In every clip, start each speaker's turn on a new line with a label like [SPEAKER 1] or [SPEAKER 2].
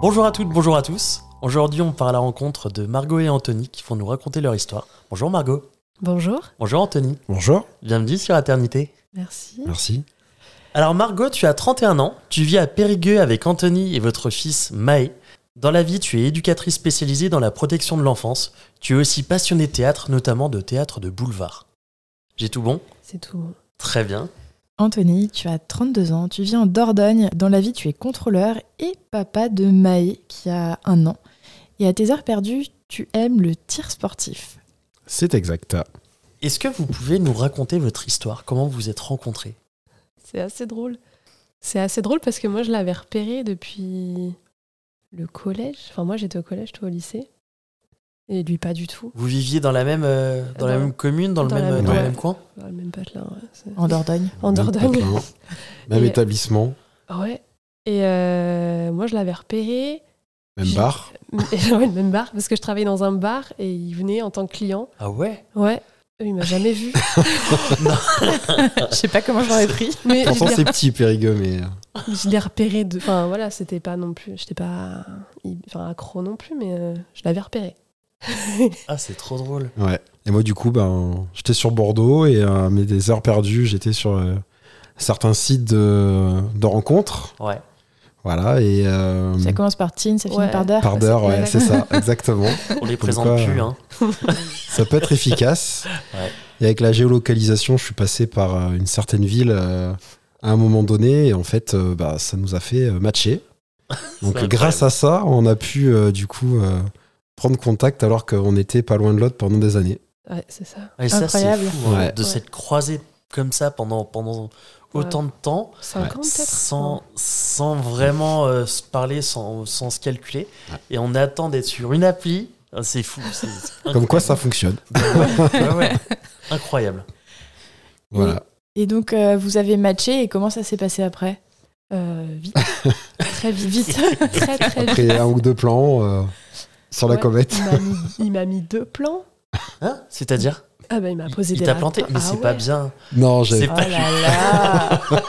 [SPEAKER 1] Bonjour à toutes, bonjour à tous. Aujourd'hui, on part à la rencontre de Margot et Anthony qui vont nous raconter leur histoire. Bonjour Margot.
[SPEAKER 2] Bonjour.
[SPEAKER 1] Bonjour Anthony.
[SPEAKER 3] Bonjour.
[SPEAKER 1] Bienvenue sur Aternité.
[SPEAKER 2] Merci.
[SPEAKER 3] Merci.
[SPEAKER 1] Alors Margot, tu as 31 ans, tu vis à Périgueux avec Anthony et votre fils Maë. Dans la vie, tu es éducatrice spécialisée dans la protection de l'enfance. Tu es aussi passionnée de théâtre, notamment de théâtre de boulevard. J'ai tout bon
[SPEAKER 2] C'est tout.
[SPEAKER 1] Très bien.
[SPEAKER 4] Anthony, tu as 32 ans, tu vis en Dordogne, dans la vie tu es contrôleur et papa de Maë qui a un an. Et à tes heures perdues, tu aimes le tir sportif.
[SPEAKER 3] C'est exact.
[SPEAKER 1] Est-ce que vous pouvez nous raconter votre histoire Comment vous êtes rencontrés
[SPEAKER 2] C'est assez drôle. C'est assez drôle parce que moi, je l'avais repéré depuis le collège. Enfin, moi, j'étais au collège, toi au lycée. Et lui, pas du tout.
[SPEAKER 1] Vous viviez dans la même, euh, dans la
[SPEAKER 2] Dans-
[SPEAKER 1] même commune, dans, le,
[SPEAKER 2] dans
[SPEAKER 1] même,
[SPEAKER 2] la même-
[SPEAKER 1] dans le
[SPEAKER 2] ouais.
[SPEAKER 1] même coin
[SPEAKER 2] Enfin, le même patelin. ouais, c'est-
[SPEAKER 4] En Dordogne
[SPEAKER 2] En Dordogne.
[SPEAKER 3] Ah, Même, même
[SPEAKER 2] Et-
[SPEAKER 3] établissement,
[SPEAKER 2] Ouais. Et euh, moi, je l'avais repéré.
[SPEAKER 3] même
[SPEAKER 2] J'ai-
[SPEAKER 3] bar.
[SPEAKER 2] Et ouais, le même bar. Parce que je travaillais dans un bar et il venait en tant que client.
[SPEAKER 1] Ah ouais
[SPEAKER 2] Ouais. Il m'a jamais vu.
[SPEAKER 4] Je sais pas comment je l'aurais pris.
[SPEAKER 2] Mais je
[SPEAKER 3] Pourtant,
[SPEAKER 2] l'ai
[SPEAKER 3] c'est petit, Périgueux, mais. euh,
[SPEAKER 2] je l'ai repéré de enfin voilà c'était pas non plus j'étais pas enfin accro non plus mais euh, je l'avais repéré
[SPEAKER 1] Ah, c'est trop drôle.
[SPEAKER 3] Ouais. Et moi, du coup, ben, j'étais sur Bordeaux et à mes des heures perdues, j'étais sur euh, certains sites de, de rencontres.
[SPEAKER 1] Ouais.
[SPEAKER 3] Voilà. Et. euh,
[SPEAKER 4] Ça commence par teen, ça finit
[SPEAKER 2] Ouais.
[SPEAKER 4] par deur.
[SPEAKER 3] par d'heure, ouais, c'est ça, exactement.
[SPEAKER 1] On les
[SPEAKER 3] Comme
[SPEAKER 1] présente
[SPEAKER 3] quoi,
[SPEAKER 1] plus,
[SPEAKER 3] euh,
[SPEAKER 1] hein.
[SPEAKER 3] Ça peut être efficace.
[SPEAKER 1] Ouais.
[SPEAKER 3] Et avec la géolocalisation, je suis passé par euh, une certaine ville euh, à un moment donné, et en fait, euh, bah, ça nous a fait euh, matcher. Donc,
[SPEAKER 1] incroyable.
[SPEAKER 3] grâce à ça, on a pu euh, du coup euh, prendre contact alors qu'on était pas loin de l'autre pendant des années.
[SPEAKER 2] ouais c'est ça
[SPEAKER 1] Et ça, c'est
[SPEAKER 4] Incroyable.
[SPEAKER 1] fou, hein,
[SPEAKER 3] Ouais.
[SPEAKER 1] de
[SPEAKER 2] Ouais.
[SPEAKER 1] s'être croisés comme ça pendant, pendant autant de temps.
[SPEAKER 2] 50 peut-être
[SPEAKER 1] sans, sans vraiment euh, se parler, sans, sans se calculer.
[SPEAKER 3] Ouais.
[SPEAKER 1] Et on attend d'être sur une appli. Ah, C'est fou. c'est- c'est
[SPEAKER 3] Comme quoi, ça Ah fonctionne.
[SPEAKER 1] incroyable. Ouais, ouais. Incroyable.
[SPEAKER 3] Voilà.
[SPEAKER 4] Et donc, euh, vous avez matché et comment ça s'est passé après
[SPEAKER 2] Euh, vite très vite
[SPEAKER 4] Vite.
[SPEAKER 2] très très vite
[SPEAKER 3] Après un ou deux plans euh, sur la
[SPEAKER 2] Ouais.
[SPEAKER 3] comète.
[SPEAKER 2] il m'a mis, il m'a mis deux plans
[SPEAKER 1] Hein C'est-à-dire
[SPEAKER 2] ah bah il m'a posé
[SPEAKER 1] Il
[SPEAKER 2] des
[SPEAKER 1] t'a planté.
[SPEAKER 2] lapins.
[SPEAKER 1] Mais
[SPEAKER 2] Ah
[SPEAKER 1] c'est pas
[SPEAKER 2] ouais.
[SPEAKER 1] bien.
[SPEAKER 3] Non, j'ai-
[SPEAKER 1] C'est
[SPEAKER 4] Oh
[SPEAKER 1] pas juste.
[SPEAKER 4] là là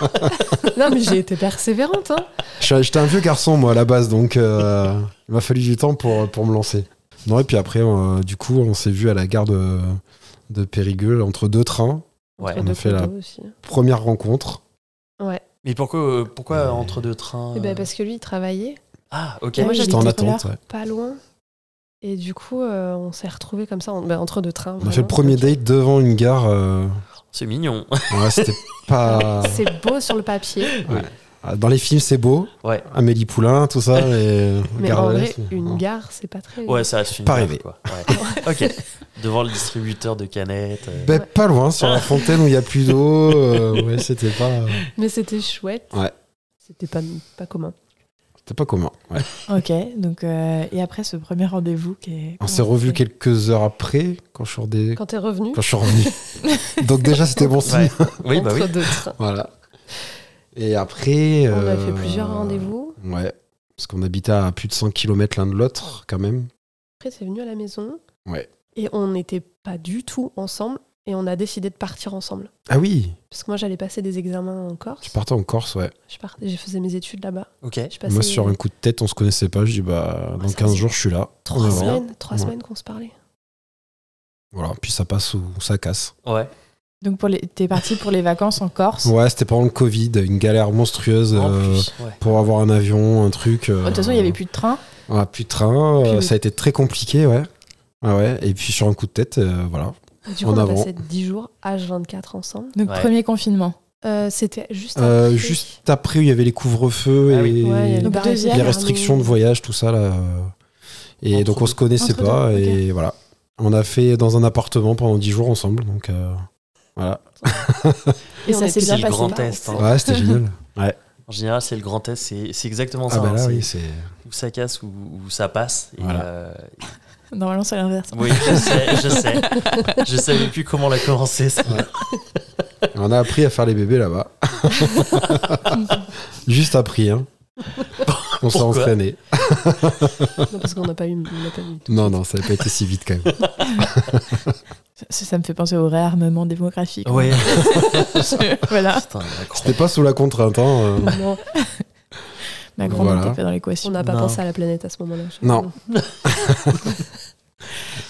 [SPEAKER 2] non mais j'ai été persévérante hein.
[SPEAKER 3] je- j'étais un vieux garçon, moi, à la base, donc euh, il m'a fallu du temps pour, pour me lancer. Non, et puis après, euh, du coup, on s'est vu à la gare de, de Périgueux, entre deux trains.
[SPEAKER 1] Ouais.
[SPEAKER 2] Entre
[SPEAKER 3] On a
[SPEAKER 2] deux
[SPEAKER 3] fait la-
[SPEAKER 2] photos aussi hein.
[SPEAKER 3] Première rencontre.
[SPEAKER 2] ouais
[SPEAKER 1] Mais pourquoi, euh, pourquoi
[SPEAKER 3] Ouais.
[SPEAKER 1] entre deux trains
[SPEAKER 2] et
[SPEAKER 1] euh,
[SPEAKER 2] ben parce que lui il travaillait
[SPEAKER 1] Ah, ok.
[SPEAKER 2] Et moi,
[SPEAKER 3] J'étais
[SPEAKER 2] j'habitais
[SPEAKER 3] en
[SPEAKER 4] pas
[SPEAKER 3] attente. ouais.
[SPEAKER 2] pas loin et du coup euh, on s'est retrouvés comme ça en- bah, entre deux trains
[SPEAKER 3] On a fait le premier date devant une gare. euh,
[SPEAKER 1] C'est mignon.
[SPEAKER 3] ouais, c'était pas.
[SPEAKER 2] c'est beau sur le papier
[SPEAKER 3] Dans les films, c'est beau.
[SPEAKER 1] Ouais.
[SPEAKER 3] Amélie Poulain, tout ça. Mais,
[SPEAKER 2] Mais
[SPEAKER 3] Gare
[SPEAKER 2] en
[SPEAKER 3] de
[SPEAKER 2] vrai,
[SPEAKER 3] l'Est, mais-
[SPEAKER 2] une
[SPEAKER 3] non.
[SPEAKER 2] gare, c'est pas très.
[SPEAKER 1] Ouais, ça reste une
[SPEAKER 3] Pas
[SPEAKER 1] gare,
[SPEAKER 3] rêvé.
[SPEAKER 1] quoi. Ouais. ok. Devant le distributeur de canettes. euh.
[SPEAKER 3] Ben,
[SPEAKER 2] Ouais.
[SPEAKER 3] Pas loin, sur la fontaine où il n'y a plus d'eau. euh, ouais, c'était pas,
[SPEAKER 2] Mais c'était chouette.
[SPEAKER 3] Ouais.
[SPEAKER 2] C'était pas, pas commun.
[SPEAKER 3] c'était pas commun. ouais.
[SPEAKER 4] Ok, donc, euh, et après ce premier rendez-vous qui est.
[SPEAKER 3] On
[SPEAKER 4] comment
[SPEAKER 3] s'est
[SPEAKER 4] ça
[SPEAKER 3] revus
[SPEAKER 4] fait
[SPEAKER 3] quelques heures après, quand je suis, redé-
[SPEAKER 2] Quand t'es revenu,
[SPEAKER 3] quand je suis revenu. Donc déjà, c'était bon signe.
[SPEAKER 1] Ouais. Oui, bah
[SPEAKER 2] entre
[SPEAKER 1] oui.
[SPEAKER 2] deux trains,
[SPEAKER 3] Voilà. Et après...
[SPEAKER 2] on a
[SPEAKER 3] euh,
[SPEAKER 2] fait plusieurs rendez-vous.
[SPEAKER 3] Ouais, parce qu'on habitait à plus de 100 km l'un de l'autre, quand même.
[SPEAKER 2] Après, c'est venu à la maison.
[SPEAKER 3] Ouais.
[SPEAKER 2] Et on n'était pas du tout ensemble. Et on a décidé de partir ensemble.
[SPEAKER 3] Ah oui,
[SPEAKER 2] Parce que moi, j'allais passer des examens en
[SPEAKER 3] tu
[SPEAKER 2] Corse.
[SPEAKER 3] partais en Corse, ouais.
[SPEAKER 2] Je, partais, je faisais mes études là-bas.
[SPEAKER 1] Ok.
[SPEAKER 2] Je passais
[SPEAKER 3] Moi, sur un coup de tête, on se connaissait pas. Je dis, bah, dans
[SPEAKER 2] ça
[SPEAKER 3] 15
[SPEAKER 2] reste-
[SPEAKER 3] jours, je suis là. On
[SPEAKER 2] trois
[SPEAKER 3] va voir.
[SPEAKER 2] semaines, trois
[SPEAKER 3] Ouais.
[SPEAKER 2] semaines qu'on se parlait.
[SPEAKER 3] Voilà, puis ça passe ou ça casse.
[SPEAKER 1] Ouais.
[SPEAKER 4] Donc, pour les... t'es parti pour les vacances en Corse.
[SPEAKER 3] Ouais, c'était pendant le Covid, une galère monstrueuse
[SPEAKER 1] En
[SPEAKER 3] euh,
[SPEAKER 1] plus. Ouais.
[SPEAKER 3] pour avoir un avion, un truc. euh,
[SPEAKER 4] De toute façon, il n'y avait plus de train.
[SPEAKER 3] plus de train,
[SPEAKER 4] Plus
[SPEAKER 3] euh,
[SPEAKER 4] de-
[SPEAKER 3] ça a été très compliqué, ouais. Ouais, ouais. Et puis sur un coup de tête, euh, voilà.
[SPEAKER 2] Et Du
[SPEAKER 3] En
[SPEAKER 2] coup, on a
[SPEAKER 3] avant.
[SPEAKER 2] passé 10 jours, H24 ensemble.
[SPEAKER 4] Donc,
[SPEAKER 1] Ouais.
[SPEAKER 4] premier confinement.
[SPEAKER 2] Euh, C'était juste
[SPEAKER 3] Euh,
[SPEAKER 2] après.
[SPEAKER 3] juste après, il y avait les couvre-feux
[SPEAKER 1] Ah
[SPEAKER 3] et
[SPEAKER 1] oui.
[SPEAKER 2] Ouais, il y a le
[SPEAKER 4] Donc,
[SPEAKER 2] bar
[SPEAKER 4] deuxième.
[SPEAKER 2] fermé.
[SPEAKER 3] les restrictions de voyage, tout ça là. euh, Et
[SPEAKER 1] Entre
[SPEAKER 3] donc
[SPEAKER 1] deux.
[SPEAKER 3] on se connaissait
[SPEAKER 4] Entre
[SPEAKER 3] pas
[SPEAKER 4] deux, ok.
[SPEAKER 3] et voilà. On a fait dans un appartement pendant 10 jours ensemble, donc euh, voilà.
[SPEAKER 4] Et
[SPEAKER 2] Et on
[SPEAKER 4] ça
[SPEAKER 2] est
[SPEAKER 4] s'est
[SPEAKER 2] tous
[SPEAKER 4] bien
[SPEAKER 1] C'est le
[SPEAKER 4] passé.
[SPEAKER 1] grand test. hein.
[SPEAKER 3] Ouais, c'était génial.
[SPEAKER 1] En général, c'est le grand test, c'est c'est exactement ça.
[SPEAKER 3] Ah bah
[SPEAKER 1] hein,
[SPEAKER 3] là,
[SPEAKER 1] c'est
[SPEAKER 3] oui, c'est.
[SPEAKER 1] Où ça casse, ou où ça passe. Et,
[SPEAKER 3] Voilà.
[SPEAKER 1] euh,
[SPEAKER 4] Normalement, c'est l'inverse.
[SPEAKER 1] oui, je sais, je sais. Je savais plus comment la commencer. ça.
[SPEAKER 3] On a appris à faire les bébés là-bas. Juste appris, hein. On s'est
[SPEAKER 1] Pourquoi
[SPEAKER 3] entraîné.
[SPEAKER 2] Non, parce qu'on n'a pas eu. on n'a pas eu tout.
[SPEAKER 3] Non, non, ça n'a pas été si vite quand même.
[SPEAKER 4] Ça, ça me fait penser au réarmement démographique.
[SPEAKER 1] Ouais,
[SPEAKER 4] voilà,
[SPEAKER 1] putain, Macron.
[SPEAKER 3] C'était pas sous la contrainte, hein. euh.
[SPEAKER 2] Non,
[SPEAKER 4] ma grande
[SPEAKER 3] Voilà.
[SPEAKER 4] n'était pas dans
[SPEAKER 2] on
[SPEAKER 4] l'équation.
[SPEAKER 2] n'a pas
[SPEAKER 1] Non.
[SPEAKER 2] pensé à la planète à ce moment-là. je sais
[SPEAKER 3] Non.
[SPEAKER 2] pas.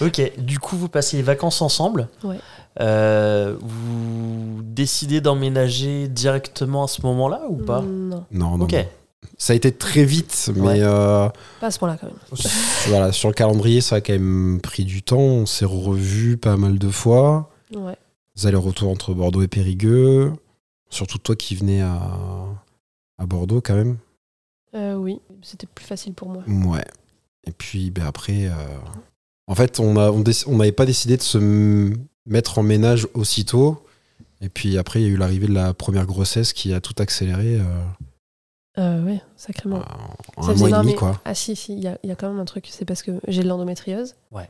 [SPEAKER 1] Ok, du coup, vous passez les vacances ensemble.
[SPEAKER 2] Ouais.
[SPEAKER 1] Euh, vous décidez d'emménager directement à ce moment-là
[SPEAKER 2] Mm.
[SPEAKER 1] ou pas
[SPEAKER 2] Non,
[SPEAKER 3] Non, non.
[SPEAKER 1] Ok.
[SPEAKER 3] non. Ça a été très vite, mais
[SPEAKER 1] Ouais.
[SPEAKER 3] euh,
[SPEAKER 2] pas à ce point-là quand même.
[SPEAKER 3] voilà, sur le calendrier, ça a quand même pris du temps. On s'est revus pas mal de fois.
[SPEAKER 2] Ouais.
[SPEAKER 3] Les allers-retours entre Bordeaux et Périgueux. Surtout toi qui venais à, à Bordeaux quand même.
[SPEAKER 2] Euh, oui, c'était plus facile pour moi.
[SPEAKER 3] Ouais. Et puis ben après, euh, en fait, on a- on déc- on n'avait pas décidé de se m- mettre en ménage aussitôt. Et puis après, il y a eu l'arrivée de la première grossesse qui a tout accéléré euh,
[SPEAKER 2] Euh, ouais, sacrément.
[SPEAKER 3] en
[SPEAKER 2] Ça
[SPEAKER 3] un
[SPEAKER 2] faisait-
[SPEAKER 3] mois et
[SPEAKER 2] non,
[SPEAKER 3] demi,
[SPEAKER 2] mais-
[SPEAKER 3] quoi.
[SPEAKER 2] Ah si, si, il y, a- il y a quand même un truc, c'est parce que j'ai de l'endométriose.
[SPEAKER 1] Ouais.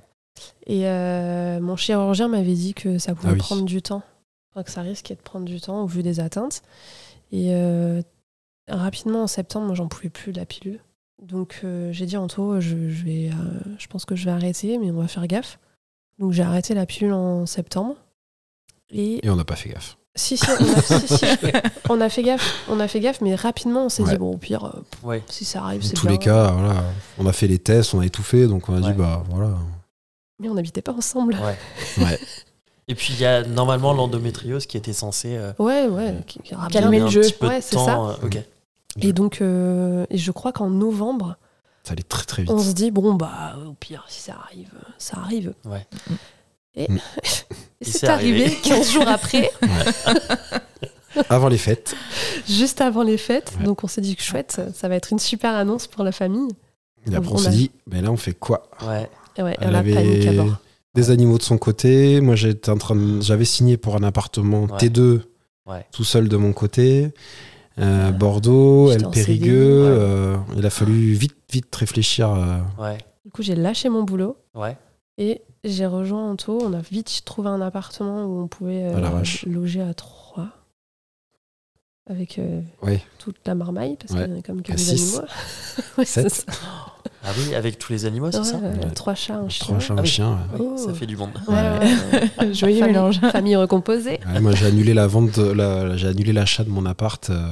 [SPEAKER 2] Et euh, mon chirurgien m'avait dit que ça pouvait
[SPEAKER 3] Ah oui.
[SPEAKER 2] prendre du temps, Enfin, que ça risquait de prendre du temps au vu des atteintes. Et euh, rapidement, en septembre, moi, j'en pouvais plus de la pilule. Donc euh, j'ai dit à Anto, je, je vais, euh, je pense que je vais arrêter, mais on va faire gaffe. Donc j'ai arrêté la pilule en septembre. Et
[SPEAKER 3] Et on n'a pas fait gaffe.
[SPEAKER 2] si, si, on a, si, si, on a fait gaffe, on a fait gaffe, mais rapidement, on s'est
[SPEAKER 3] Ouais.
[SPEAKER 2] dit, bon, au pire, euh,
[SPEAKER 1] Ouais.
[SPEAKER 2] si ça arrive,
[SPEAKER 3] Dans
[SPEAKER 2] c'est
[SPEAKER 3] tous
[SPEAKER 2] bien.
[SPEAKER 3] les cas, voilà, on a fait les tests, on a étouffé, donc on a
[SPEAKER 1] Ouais.
[SPEAKER 3] dit, bah voilà.
[SPEAKER 2] Mais on n'habitait pas ensemble.
[SPEAKER 3] Ouais.
[SPEAKER 1] Et puis, il y a normalement l'endométriose qui était censée euh,
[SPEAKER 2] Ouais, ouais. qui- qui rappelle-
[SPEAKER 4] Calmer
[SPEAKER 1] donner
[SPEAKER 4] le
[SPEAKER 1] un
[SPEAKER 4] jeu.
[SPEAKER 1] petit peu de
[SPEAKER 2] Ouais, c'est
[SPEAKER 1] temps,
[SPEAKER 2] ça.
[SPEAKER 1] euh, ok.
[SPEAKER 2] Et donc, euh, et je crois qu'en novembre,
[SPEAKER 3] ça allait très très vite.
[SPEAKER 2] on se dit bon bah au pire si ça arrive, ça arrive.
[SPEAKER 1] Ouais.
[SPEAKER 2] Et,
[SPEAKER 3] Mm.
[SPEAKER 2] et
[SPEAKER 1] c'est
[SPEAKER 2] c'est arrivé.
[SPEAKER 1] arrivé.
[SPEAKER 2] 15 jours après,
[SPEAKER 3] Avant les fêtes.
[SPEAKER 2] juste avant les fêtes.
[SPEAKER 3] Ouais.
[SPEAKER 2] Donc on s'est dit que chouette, ça, ça va être une super annonce pour la famille.
[SPEAKER 3] Et après, on,
[SPEAKER 2] On
[SPEAKER 3] s'est
[SPEAKER 2] a-
[SPEAKER 3] dit, mais là, on fait quoi
[SPEAKER 1] Ouais.
[SPEAKER 2] Et ouais, et
[SPEAKER 3] Elle
[SPEAKER 2] on a panique à
[SPEAKER 3] avait
[SPEAKER 2] bord.
[SPEAKER 3] des animaux de son côté. Moi, j'étais en train de- j'avais signé pour un appartement
[SPEAKER 1] Ouais.
[SPEAKER 3] T2
[SPEAKER 1] Ouais.
[SPEAKER 3] tout seul de mon côté. Euh, Bordeaux,
[SPEAKER 2] J'étais
[SPEAKER 3] El
[SPEAKER 2] en
[SPEAKER 3] Périgueux.
[SPEAKER 1] CDI, ouais.
[SPEAKER 3] euh, il a fallu vite, vite réfléchir. euh,
[SPEAKER 1] Ouais.
[SPEAKER 2] Du coup j'ai lâché mon boulot
[SPEAKER 1] Ouais.
[SPEAKER 2] et j'ai rejoint Anto. On a vite trouvé un appartement où on pouvait euh,
[SPEAKER 3] À l'arrache.
[SPEAKER 2] loger à trois. Avec euh,
[SPEAKER 3] Ouais.
[SPEAKER 2] toute la marmaille, parce
[SPEAKER 3] Ouais.
[SPEAKER 2] qu'il y en a comme que
[SPEAKER 3] À
[SPEAKER 2] des
[SPEAKER 3] six.
[SPEAKER 2] animaux. Ouais, c'est
[SPEAKER 3] Sept.
[SPEAKER 2] ça.
[SPEAKER 1] Ah oui, avec tous les animaux, c'est
[SPEAKER 2] Ouais, Oh.
[SPEAKER 1] ça
[SPEAKER 2] euh,
[SPEAKER 3] Ouais.
[SPEAKER 2] Trois chats, un chien.
[SPEAKER 3] trois chats, un
[SPEAKER 1] oui.
[SPEAKER 3] chien. ouais.
[SPEAKER 1] Ah Oui, Ça fait du monde.
[SPEAKER 2] Ouais,
[SPEAKER 3] Ouais.
[SPEAKER 2] ouais, ouais.
[SPEAKER 4] Joyeux
[SPEAKER 2] famille,
[SPEAKER 4] mélange.
[SPEAKER 2] famille recomposée.
[SPEAKER 3] Ouais, moi, j'ai annulé la vente, de- la- j'ai annulé l'achat de mon appart. euh,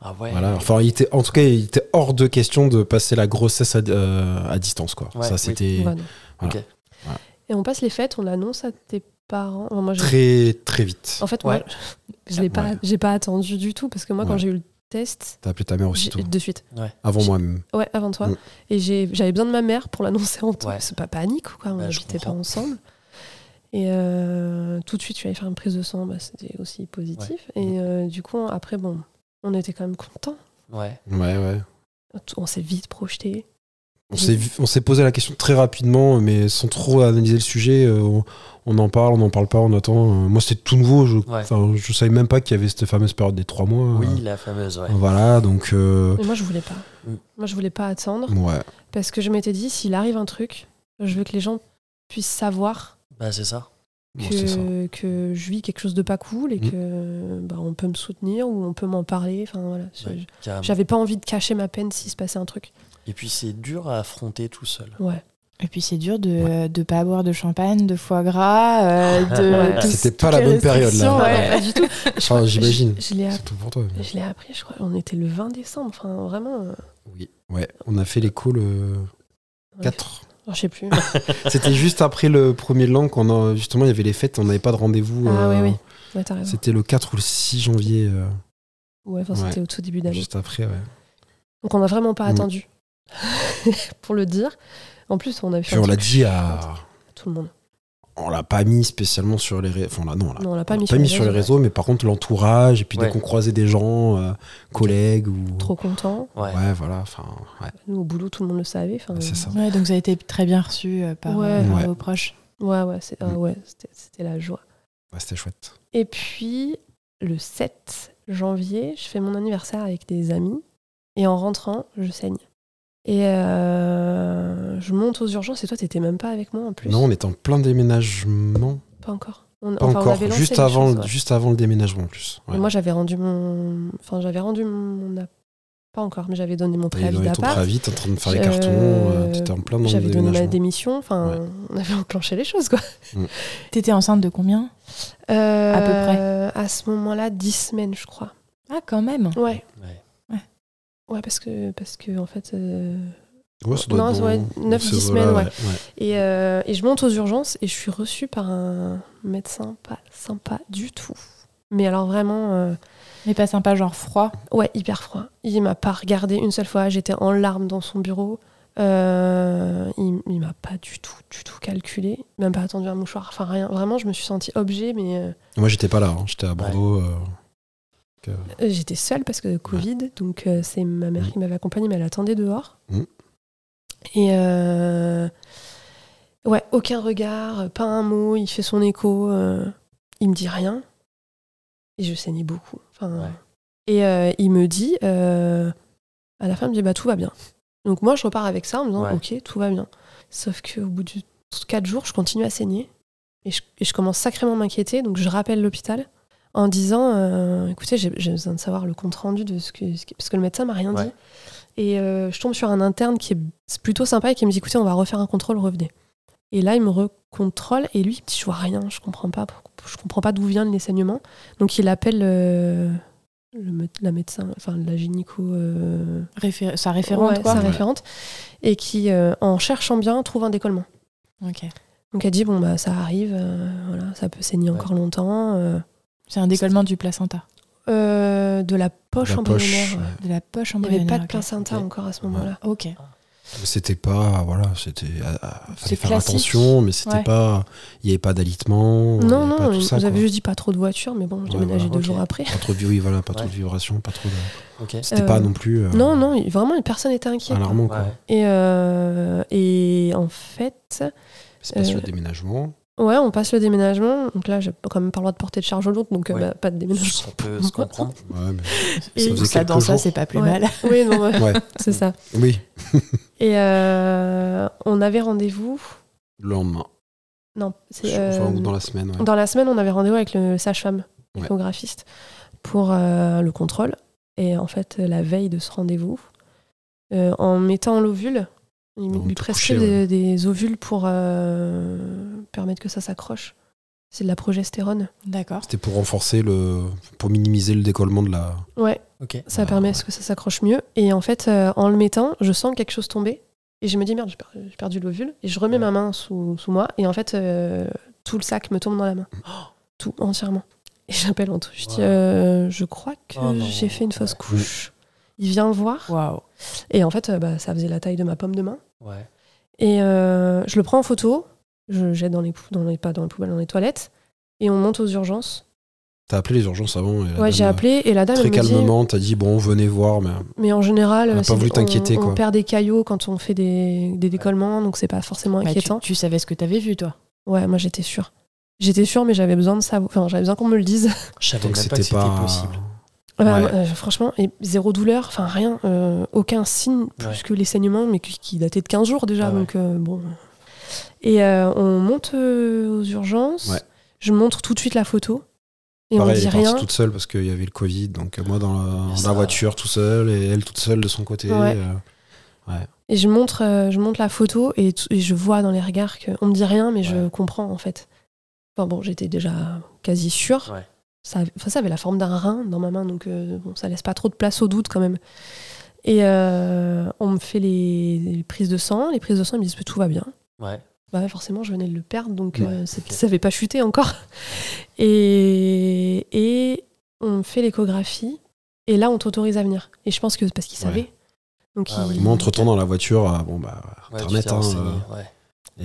[SPEAKER 1] Ah ouais.
[SPEAKER 3] Voilà. Enfin, il était, en tout cas, il était hors de question de passer la grossesse à, euh, à distance, quoi.
[SPEAKER 1] Ouais,
[SPEAKER 3] ça,
[SPEAKER 1] oui.
[SPEAKER 3] c'était
[SPEAKER 2] Ouais, non.
[SPEAKER 3] Voilà.
[SPEAKER 1] Ok.
[SPEAKER 3] Voilà.
[SPEAKER 2] Et on passe les fêtes, on l'annonce à tes parents. Enfin, moi, j'ai-
[SPEAKER 3] très, très vite.
[SPEAKER 2] En fait,
[SPEAKER 1] Ouais.
[SPEAKER 2] moi, je l'ai pas,
[SPEAKER 3] Ouais.
[SPEAKER 2] j'ai pas attendu du tout parce que moi, quand
[SPEAKER 3] Ouais.
[SPEAKER 2] j'ai eu le test,
[SPEAKER 3] T'as appelé ta mère
[SPEAKER 2] j'ai-
[SPEAKER 3] aussitôt,
[SPEAKER 2] de suite.
[SPEAKER 3] avant
[SPEAKER 2] j'ai-
[SPEAKER 3] moi-même.
[SPEAKER 2] Ouais, avant toi.
[SPEAKER 3] Mm.
[SPEAKER 2] Et j'ai- j'avais besoin de ma mère pour l'annoncer en tout.
[SPEAKER 1] Ouais.
[SPEAKER 2] C'est pas panique ou quoi, on
[SPEAKER 1] Bah, je
[SPEAKER 2] n'habitait pas
[SPEAKER 1] comprends.
[SPEAKER 2] ensemble. Et euh, tout de suite, je suis allée faire une prise de sang, bah, c'était aussi positif. Et euh, du coup, après, bon, on était quand même contents.
[SPEAKER 1] Ouais.
[SPEAKER 3] Ouais, ouais.
[SPEAKER 2] Tout- On s'est vite projeté.
[SPEAKER 3] On s'est vu- on s'est posé la question très rapidement, mais sans trop analyser le sujet. euh, on, on en parle, on n'en parle pas, on attend. Euh, moi, c'était tout nouveau. Je,
[SPEAKER 1] Ouais.
[SPEAKER 3] enfin, je savais même pas qu'il y avait cette fameuse période des trois mois.
[SPEAKER 1] Oui, la fameuse, ouais.
[SPEAKER 3] Euh, Voilà, donc. euh,
[SPEAKER 2] Mais moi, je voulais pas.
[SPEAKER 1] Mm.
[SPEAKER 2] Moi, je voulais pas attendre.
[SPEAKER 3] ouais.
[SPEAKER 2] Parce que je m'étais dit, s'il arrive un truc, je veux que les gens puissent savoir
[SPEAKER 1] Bah, c'est ça.
[SPEAKER 3] Bon, c'est ça.
[SPEAKER 2] que, que je vis quelque chose de pas cool et
[SPEAKER 3] Mm.
[SPEAKER 2] que bah, on peut me soutenir ou on peut m'en parler. Enfin voilà, je-
[SPEAKER 1] Ouais,
[SPEAKER 2] je-
[SPEAKER 1] carrément.
[SPEAKER 2] j'avais pas envie de cacher ma peine s'il se passait un truc.
[SPEAKER 1] Et puis, c'est dur à affronter tout seul.
[SPEAKER 2] Ouais.
[SPEAKER 4] Et puis c'est dur de ne pas boire de champagne, de foie gras, euh, de.
[SPEAKER 1] Ouais.
[SPEAKER 4] tous-
[SPEAKER 3] C'était
[SPEAKER 4] toutes
[SPEAKER 3] pas la
[SPEAKER 4] les
[SPEAKER 3] bonne période, là.
[SPEAKER 4] restrictions,
[SPEAKER 2] Ah,
[SPEAKER 4] ouais.
[SPEAKER 2] non, pas du tout.
[SPEAKER 3] Enfin, j'imagine.
[SPEAKER 2] Je, je l'ai
[SPEAKER 3] C'est
[SPEAKER 2] app-
[SPEAKER 3] tout pour toi. mais-
[SPEAKER 2] je l'ai appris, je crois. On était le 20 décembre. Enfin vraiment. euh,
[SPEAKER 3] Oui. Ouais. On a fait l'écho le
[SPEAKER 2] ouais.
[SPEAKER 3] 4.
[SPEAKER 2] Oh, je sais plus.
[SPEAKER 3] C'était juste après le premier lan qu'on a justement il y avait les fêtes, on n'avait pas de rendez-vous.
[SPEAKER 2] Ah
[SPEAKER 3] euh,
[SPEAKER 2] oui, oui. Ouais, t'as raison.
[SPEAKER 3] C'était le 4 ou le 6 janvier, euh,
[SPEAKER 2] Ouais, enfin,
[SPEAKER 3] Ouais.
[SPEAKER 2] c'était au tout début d'année.
[SPEAKER 3] juste après. Ouais.
[SPEAKER 2] Donc on n'a vraiment pas
[SPEAKER 3] Mm.
[SPEAKER 2] attendu pour le dire. En plus, on avait fait
[SPEAKER 3] Puis
[SPEAKER 2] un
[SPEAKER 3] on l'a
[SPEAKER 2] truc
[SPEAKER 3] dit
[SPEAKER 2] chiant
[SPEAKER 3] à,
[SPEAKER 2] à tout le monde.
[SPEAKER 3] on l'a pas mis spécialement sur les, ré- enfin on l'a- non, on l'a-
[SPEAKER 2] Non, on l'a
[SPEAKER 3] on
[SPEAKER 2] pas
[SPEAKER 3] l'a
[SPEAKER 2] mis sur les réseaux.
[SPEAKER 3] mais par contre l'entourage et puis
[SPEAKER 1] Ouais.
[SPEAKER 3] dès qu'on croisait des gens, euh, collègues ou,
[SPEAKER 2] Trop content.
[SPEAKER 1] Ouais.
[SPEAKER 3] ouais voilà, enfin ouais,
[SPEAKER 2] Nous, au boulot, tout le monde le savait. enfin,
[SPEAKER 3] c'est Ah, ça.
[SPEAKER 4] Ouais, donc ça a été très bien reçu euh, par,
[SPEAKER 2] Ouais.
[SPEAKER 4] euh, par
[SPEAKER 3] Ouais.
[SPEAKER 4] vos proches.
[SPEAKER 2] Ouais, ouais, c'est- ah
[SPEAKER 3] Mm.
[SPEAKER 2] ouais, c'était c'était la joie.
[SPEAKER 3] Ouais, c'était chouette.
[SPEAKER 2] Et puis, le 7 janvier, je fais mon anniversaire avec des amis. Et en rentrant, je saigne. Et euh, je monte aux urgences. Et toi, t'étais même pas avec moi en plus
[SPEAKER 3] Non, on est en plein déménagement.
[SPEAKER 2] Pas encore. On-
[SPEAKER 3] Pas
[SPEAKER 2] enfin, on
[SPEAKER 3] encore,
[SPEAKER 2] avait lancé
[SPEAKER 3] juste
[SPEAKER 2] les
[SPEAKER 3] avant,
[SPEAKER 2] choses, ouais.
[SPEAKER 3] juste avant le déménagement en plus. Ouais.
[SPEAKER 2] Mais Moi, j'avais rendu mon. Enfin, j'avais rendu mon. app- Pas encore, mais j'avais donné mon
[SPEAKER 3] T'avais
[SPEAKER 2] préavis
[SPEAKER 3] donné ton
[SPEAKER 2] d'appart.
[SPEAKER 3] préavis, t'es en train de faire les
[SPEAKER 2] Euh,
[SPEAKER 3] cartons, euh, t'étais en plein dans le
[SPEAKER 2] J'avais donné ma
[SPEAKER 3] déménagement.
[SPEAKER 2] démission. Enfin,
[SPEAKER 3] Ouais.
[SPEAKER 2] on avait enclenché les choses, quoi.
[SPEAKER 4] T'étais enceinte de combien
[SPEAKER 2] Euh,
[SPEAKER 4] peu
[SPEAKER 2] À ce moment-là, 10 semaines, je crois.
[SPEAKER 4] Ah, quand même
[SPEAKER 2] Ouais.
[SPEAKER 1] Ouais.
[SPEAKER 4] Ouais.
[SPEAKER 2] Ouais, parce que, parce que en fait. euh,
[SPEAKER 3] Ouais, ça doit
[SPEAKER 2] Non,
[SPEAKER 3] être
[SPEAKER 2] ça
[SPEAKER 3] dans-
[SPEAKER 2] doit être
[SPEAKER 3] dans
[SPEAKER 2] neuf,
[SPEAKER 3] ces
[SPEAKER 2] dix
[SPEAKER 3] eaux-là,
[SPEAKER 2] semaines, ouais.
[SPEAKER 3] ouais.
[SPEAKER 2] Et, euh, et je monte aux urgences et je suis reçue par un médecin pas sympa du tout. Mais alors vraiment, euh,
[SPEAKER 4] Mais pas sympa, genre froid.
[SPEAKER 2] ouais, hyper froid. Il m'a pas regardé une seule fois. J'étais en larmes dans son bureau. Euh, il il m'a pas du tout, du tout calculé. Même pas attendu un mouchoir. Enfin rien. Vraiment, je me suis sentie objet, mais euh,
[SPEAKER 3] Moi, j'étais pas là, hein, j'étais à Bordeaux. euh,
[SPEAKER 2] Euh, J'étais seule parce que Covid, donc euh, c'est ma mère qui m'avait accompagnée, mais elle attendait dehors.
[SPEAKER 3] Mm.
[SPEAKER 2] Et euh, ouais, aucun regard, pas un mot, il fait son écho, euh, il me dit rien. Et je saignais beaucoup. Enfin,
[SPEAKER 1] Ouais.
[SPEAKER 2] Et euh, il me dit, euh, à la fin, il me dit, bah tout va bien. Donc moi, je repars avec ça en me disant,
[SPEAKER 1] Ouais.
[SPEAKER 2] ok, tout va bien. Sauf qu'au bout de 4 jours, je continue à saigner. Et je, et je commence sacrément à m'inquiéter, donc je rappelle l'hôpital en disant euh, écoutez, j'ai j'ai besoin de savoir le compte rendu de ce que. ce que- parce que le médecin m'a rien
[SPEAKER 1] Ouais.
[SPEAKER 2] dit. Et euh, je tombe sur un interne qui est plutôt sympa et qui me dit écoutez, on va refaire un contrôle, revenez. Et là, il me recontrôle et lui, il me dit, je vois rien, je comprends pas, je comprends pas d'où viennent les saignements. Donc il appelle euh, le mé- la médecin, enfin la gynéco. euh,
[SPEAKER 4] Réfé- sa référente,
[SPEAKER 2] ouais,
[SPEAKER 4] quoi.
[SPEAKER 2] sa
[SPEAKER 3] Ouais.
[SPEAKER 2] référente, et qui, euh, en cherchant bien, trouve un décollement.
[SPEAKER 4] Ok.
[SPEAKER 2] Donc elle dit bon bah ça arrive, euh, voilà, ça peut saigner
[SPEAKER 1] Ouais.
[SPEAKER 2] encore longtemps. euh,
[SPEAKER 4] C'est un décollement du placenta,
[SPEAKER 2] euh, de la
[SPEAKER 3] la
[SPEAKER 2] poche
[SPEAKER 3] poche,
[SPEAKER 2] embryonnaire. ouais.
[SPEAKER 4] de
[SPEAKER 3] ouais.
[SPEAKER 4] la poche
[SPEAKER 2] Il n'y avait
[SPEAKER 4] embryonnaire.
[SPEAKER 2] pas de
[SPEAKER 4] ok.
[SPEAKER 2] placenta
[SPEAKER 1] Ok.
[SPEAKER 2] encore à ce moment-là.
[SPEAKER 4] Ok.
[SPEAKER 3] C'était pas. Voilà, c'était. à- à-
[SPEAKER 4] C'est
[SPEAKER 3] Fallait faire
[SPEAKER 4] classique.
[SPEAKER 3] attention, mais c'était
[SPEAKER 4] Ouais.
[SPEAKER 3] pas. Il n'y avait pas d'alitement. Oh, il y
[SPEAKER 2] Non,
[SPEAKER 3] avait pas
[SPEAKER 2] non,
[SPEAKER 3] tout ça,
[SPEAKER 2] vous avez
[SPEAKER 3] quoi.
[SPEAKER 2] juste dit pas trop de voiture, mais bon, j'ai
[SPEAKER 3] Ouais, bah,
[SPEAKER 2] déménagé
[SPEAKER 3] voilà,
[SPEAKER 2] deux
[SPEAKER 1] ok.
[SPEAKER 2] jours après.
[SPEAKER 3] Pas trop de, oui, voilà, pas trop
[SPEAKER 1] Ouais.
[SPEAKER 3] de vibrations, pas trop de.
[SPEAKER 1] Ok.
[SPEAKER 3] C'était
[SPEAKER 2] Euh,
[SPEAKER 3] pas non plus. euh,
[SPEAKER 2] Non, non, il- vraiment, personne n'était inquiet.
[SPEAKER 3] Alarmant, quoi.
[SPEAKER 1] Ouais.
[SPEAKER 2] Et, euh, et en fait,
[SPEAKER 3] C'est pas sur
[SPEAKER 2] Euh,
[SPEAKER 3] le déménagement.
[SPEAKER 2] ouais, on passe le déménagement. Donc là, j'ai quand même pas le droit de porter de charge lourde, donc euh,
[SPEAKER 1] Ouais.
[SPEAKER 2] bah, pas de déménagement.
[SPEAKER 1] On peut se comprendre.
[SPEAKER 3] Ouais, mais-
[SPEAKER 4] Et
[SPEAKER 3] faisait
[SPEAKER 4] ça,
[SPEAKER 3] quelques
[SPEAKER 4] dans ça,
[SPEAKER 3] jours.
[SPEAKER 4] c'est pas plus
[SPEAKER 2] Ouais.
[SPEAKER 4] mal.
[SPEAKER 2] Oui, non, ouais,
[SPEAKER 3] Ouais.
[SPEAKER 2] c'est ça.
[SPEAKER 3] Oui.
[SPEAKER 2] Et euh, on avait rendez-vous.
[SPEAKER 3] Le lendemain.
[SPEAKER 2] Non, c'est.
[SPEAKER 3] Enfin, ou
[SPEAKER 2] euh,
[SPEAKER 3] dans la semaine. ouais.
[SPEAKER 2] Dans la semaine, on avait rendez-vous avec le sage-femme,
[SPEAKER 3] Ouais.
[SPEAKER 2] échographiste, pour euh, le contrôle. Et en fait, la veille de ce rendez-vous, euh, en mettant l'ovule, il
[SPEAKER 3] Avant de
[SPEAKER 2] lui
[SPEAKER 3] te
[SPEAKER 2] prescrit
[SPEAKER 3] coucher,
[SPEAKER 2] des, des ovules pour euh, permettre que ça s'accroche. C'est de la progestérone.
[SPEAKER 4] D'accord.
[SPEAKER 3] C'était pour renforcer le. pour minimiser le décollement de la.
[SPEAKER 2] Ouais,
[SPEAKER 1] Ok.
[SPEAKER 2] ça
[SPEAKER 3] Ah,
[SPEAKER 2] permet à
[SPEAKER 3] ouais.
[SPEAKER 2] ce que ça s'accroche mieux. Et en fait, euh, en le mettant, je sens quelque chose tomber. Et je me dis, merde, j'ai per- j'ai perdu l'ovule. Et je remets
[SPEAKER 1] Ouais.
[SPEAKER 2] ma main sous, sous moi. Et en fait, euh, tout le sac me tombe dans la main. Tout, entièrement. Et j'appelle Anto. Je dis,
[SPEAKER 1] Wow.
[SPEAKER 2] euh, je crois que
[SPEAKER 1] Oh non.
[SPEAKER 2] j'ai fait une fausse
[SPEAKER 1] Ouais.
[SPEAKER 2] couche. Il vient voir.
[SPEAKER 4] Waouh.
[SPEAKER 2] Et en fait, euh, bah, ça faisait la taille de ma pomme de main.
[SPEAKER 1] Ouais.
[SPEAKER 2] Et euh, je le prends en photo. Je le jette dans les, pou- dans les, pas dans les poubelles, dans les toilettes. Et on monte aux urgences.
[SPEAKER 3] T'as appelé les urgences avant. et la
[SPEAKER 2] ouais, j'ai
[SPEAKER 3] dame, euh,
[SPEAKER 2] appelé. Et la dame,
[SPEAKER 3] Très
[SPEAKER 2] elle me dit,
[SPEAKER 3] calmement, t'as dit bon, venez voir, mais
[SPEAKER 2] Mais en général,
[SPEAKER 3] Elle a
[SPEAKER 2] c'est-
[SPEAKER 3] pas voulu
[SPEAKER 2] on-
[SPEAKER 3] t'inquiéter,
[SPEAKER 2] on,
[SPEAKER 3] quoi.
[SPEAKER 2] perd des caillots quand on fait des, des décollements, donc c'est pas forcément
[SPEAKER 4] Bah, tu-
[SPEAKER 2] inquiétant.
[SPEAKER 4] tu, savais ce que t'avais vu, toi.
[SPEAKER 2] Ouais, moi j'étais sûre. J'étais sûre, mais j'avais besoin de savoir. Enfin, j'avais besoin qu'on me le dise.
[SPEAKER 1] Je savais même
[SPEAKER 3] donc
[SPEAKER 1] pas
[SPEAKER 3] c'était
[SPEAKER 1] que c'était
[SPEAKER 3] pas.
[SPEAKER 1] possible.
[SPEAKER 2] Euh,
[SPEAKER 3] Ouais.
[SPEAKER 2] euh, franchement, et zéro douleur, enfin rien, euh, aucun signe, plus
[SPEAKER 1] Ouais.
[SPEAKER 2] que les saignements, mais qui, qui dataient de 15 jours déjà.
[SPEAKER 1] Ah ouais.
[SPEAKER 2] donc euh, bon. Et euh, on monte euh, aux urgences.
[SPEAKER 3] Ouais.
[SPEAKER 2] Je montre tout de suite la photo. Et
[SPEAKER 3] Pareil,
[SPEAKER 2] on dit
[SPEAKER 3] elle est
[SPEAKER 2] rien.
[SPEAKER 3] partie toute seule parce qu'il y avait le Covid. Donc euh, moi dans la,
[SPEAKER 1] Mais
[SPEAKER 3] dans
[SPEAKER 1] ça-
[SPEAKER 3] la voiture tout seul et elle toute seule de son côté.
[SPEAKER 2] Ouais.
[SPEAKER 3] euh,
[SPEAKER 2] Et je montre, euh, je montre la photo et, t- et je vois dans les regards qu'on me dit rien, mais je
[SPEAKER 1] Ouais.
[SPEAKER 2] comprends en fait. Enfin bon, j'étais déjà quasi sûre.
[SPEAKER 1] Ouais.
[SPEAKER 2] Ça, avait- enfin, ça avait la forme d'un rein dans ma main, donc euh, bon, ça laisse pas trop de place au doute quand même. Et euh, on me fait les, les prises de sang. Les prises de sang, ils me disent que tout va bien.
[SPEAKER 1] Ouais.
[SPEAKER 2] Bah ouais, forcément, je venais de le perdre, donc
[SPEAKER 3] Ouais,
[SPEAKER 2] euh, c'est-
[SPEAKER 1] ok.
[SPEAKER 2] ça n'avait pas chuté encore. Et, et on fait l'échographie, et là, on t'autorise à venir. Et je pense que c'est parce qu'ils
[SPEAKER 3] Ouais.
[SPEAKER 2] savaient. Donc
[SPEAKER 1] Ah oui.
[SPEAKER 2] ils-
[SPEAKER 3] Moi entre temps dans la voiture, euh, bon bah
[SPEAKER 1] Ouais, tu
[SPEAKER 3] internet,
[SPEAKER 1] t'es
[SPEAKER 3] hein,
[SPEAKER 1] renseigné,
[SPEAKER 3] euh,
[SPEAKER 1] ouais.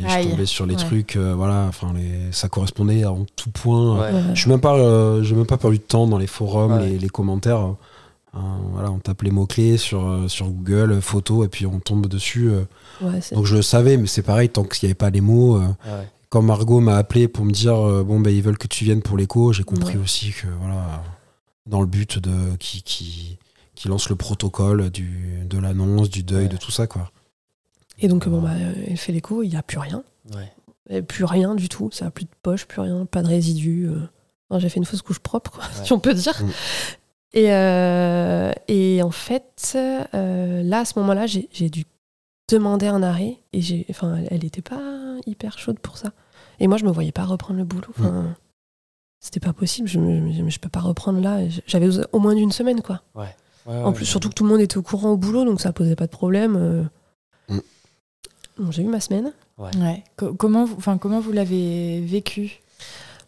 [SPEAKER 3] et
[SPEAKER 4] Aïe.
[SPEAKER 3] je tombais sur les
[SPEAKER 4] Ouais.
[SPEAKER 3] trucs, euh, voilà, enfin les, ça correspondait à en tout point.
[SPEAKER 1] Ouais.
[SPEAKER 2] Ouais.
[SPEAKER 3] Je suis même pas, euh, j'ai même pas perdu de temps dans les forums,
[SPEAKER 1] Ouais.
[SPEAKER 3] les, les commentaires. euh, hein, voilà, on tape les mots clés sur euh, sur Google, euh, photo, et puis on tombe dessus. euh.
[SPEAKER 2] Ouais, c'est-
[SPEAKER 3] Donc je le savais, mais c'est pareil tant qu'il n'y avait pas les mots. euh,
[SPEAKER 1] Ouais.
[SPEAKER 3] quand Margot m'a appelé pour me dire euh, bon ben ils veulent que tu viennes pour l'écho, j'ai compris
[SPEAKER 2] Ouais.
[SPEAKER 3] aussi que voilà dans le but de qui, qui, qui lance le protocole du, de l'annonce, du deuil,
[SPEAKER 1] Ouais.
[SPEAKER 3] de tout ça quoi.
[SPEAKER 2] Et donc, bon, bah, euh, elle fait l'écho, il n'y a plus rien.
[SPEAKER 1] Ouais.
[SPEAKER 2] Et plus rien du tout, ça a plus de poche, plus rien, pas de résidus. euh. Non, J'ai fait une fausse couche propre, quoi,
[SPEAKER 1] Ouais.
[SPEAKER 2] si on peut dire.
[SPEAKER 3] Mm.
[SPEAKER 2] Et, euh, et en fait, euh, là, à ce moment-là, j'ai j'ai dû demander un arrêt. Et j'ai, enfin, elle- elle n'était pas hyper chaude pour ça. Et moi, je me voyais pas reprendre le boulot. Enfin, C'était pas possible. Je, me- je, me disais, mais je peux pas reprendre là. J'avais au- au moins d'une semaine, quoi. En plus, surtout que tout le monde était au courant au boulot, donc ça posait pas de problème. euh.
[SPEAKER 3] Mm.
[SPEAKER 2] Bon, j'ai eu ma semaine,
[SPEAKER 4] Ouais. Co- comment, vous, enfin, comment vous l'avez vécu